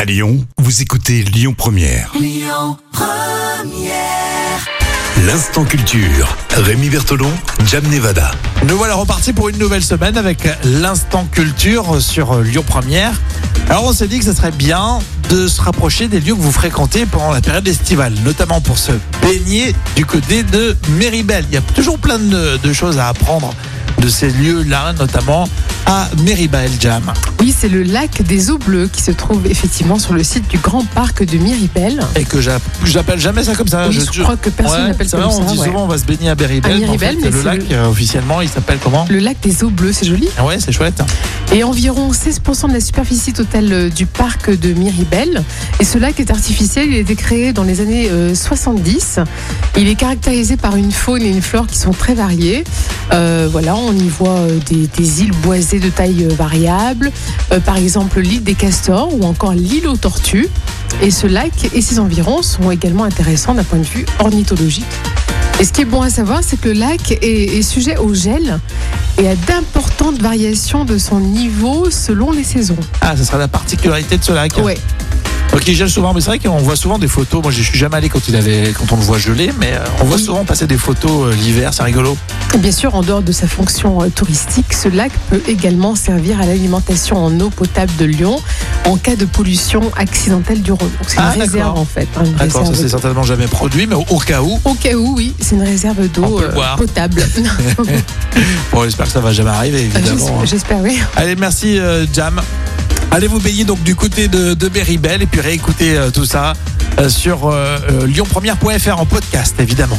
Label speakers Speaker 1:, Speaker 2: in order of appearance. Speaker 1: À Lyon, vous écoutez Lyon Première. Lyon Première. L'instant culture. Rémi Bertolon, Jam Nevada.
Speaker 2: Nous voilà repartis pour une nouvelle semaine avec l'instant culture sur Lyon Première. Alors on s'est dit que ce serait bien de se rapprocher des lieux que vous fréquentez pendant la période estivale, notamment pour se baigner du côté de Méribel. Il y a toujours plein de, de choses à apprendre de ces lieux-là, notamment à Méribel Jam.
Speaker 3: Oui, c'est le lac des eaux bleues qui se trouve effectivement sur le site du grand parc de Miribel.
Speaker 2: Et que j'a- j'appelle jamais ça comme ça.
Speaker 3: Oui, je crois que personne
Speaker 2: Ouais,
Speaker 3: n'appelle
Speaker 2: c'est
Speaker 3: comme
Speaker 2: vrai, On
Speaker 3: ça,
Speaker 2: dit
Speaker 3: ouais.
Speaker 2: souvent on va se baigner à Méribel,
Speaker 3: À
Speaker 2: mais en
Speaker 3: Méribel,
Speaker 2: fait,
Speaker 3: mais
Speaker 2: le
Speaker 3: c'est
Speaker 2: lac euh, officiellement il s'appelle comment
Speaker 3: Le lac des eaux bleues, c'est joli.
Speaker 2: Ah Ouais, c'est chouette.
Speaker 3: Et environ 16% de la superficie totale euh, du parc de Miribel. Et ce lac est artificiel, il a été créé dans les années euh, 70. Il est caractérisé par une faune et une flore qui sont très variées. Euh, voilà, on y voit euh, des, des îles boisées de taille euh, variable, Euh, par exemple l'île des castors ou encore l'île aux tortues. Et ce lac et ses environs sont également intéressants d'un point de vue ornithologique. Et ce qui est bon à savoir, c'est que le lac est, est sujet au gel et à d'importantes variations de son niveau selon les saisons.
Speaker 2: Ah, ce sera la particularité de ce lac.
Speaker 3: Ouais.
Speaker 2: Donc il gèle souvent, mais c'est vrai qu'on voit souvent des photos. Moi, je suis jamais allé quand il avait, quand on le voit geler, mais euh, on voit
Speaker 3: Oui.
Speaker 2: souvent passer des photos euh, l'hiver, c'est rigolo.
Speaker 3: Et Bien sûr, en dehors de sa fonction euh, touristique, ce lac peut également servir à l'alimentation en eau potable de Lyon en cas de pollution accidentelle du Rhône. Donc, C'est une
Speaker 2: Ah,
Speaker 3: réserve
Speaker 2: d'accord.
Speaker 3: en fait. hein, une
Speaker 2: D'accord, ça
Speaker 3: réserve
Speaker 2: c'est
Speaker 3: d'eau.
Speaker 2: certainement jamais produit, mais au, au cas où,
Speaker 3: Au cas où, oui, c'est une réserve
Speaker 2: On
Speaker 3: d'eau euh,
Speaker 2: peut le boire.
Speaker 3: potable.
Speaker 2: bon, j'espère que ça va jamais arriver
Speaker 3: Ah,
Speaker 2: évidemment. hein.
Speaker 3: J'espère- J'espère, oui.
Speaker 2: Allez, merci euh, Jam. Allez vous baigner donc du côté de, de Berrybel et puis réécouter euh, tout ça euh, sur euh, euh, lyonpremière.fr en podcast évidemment.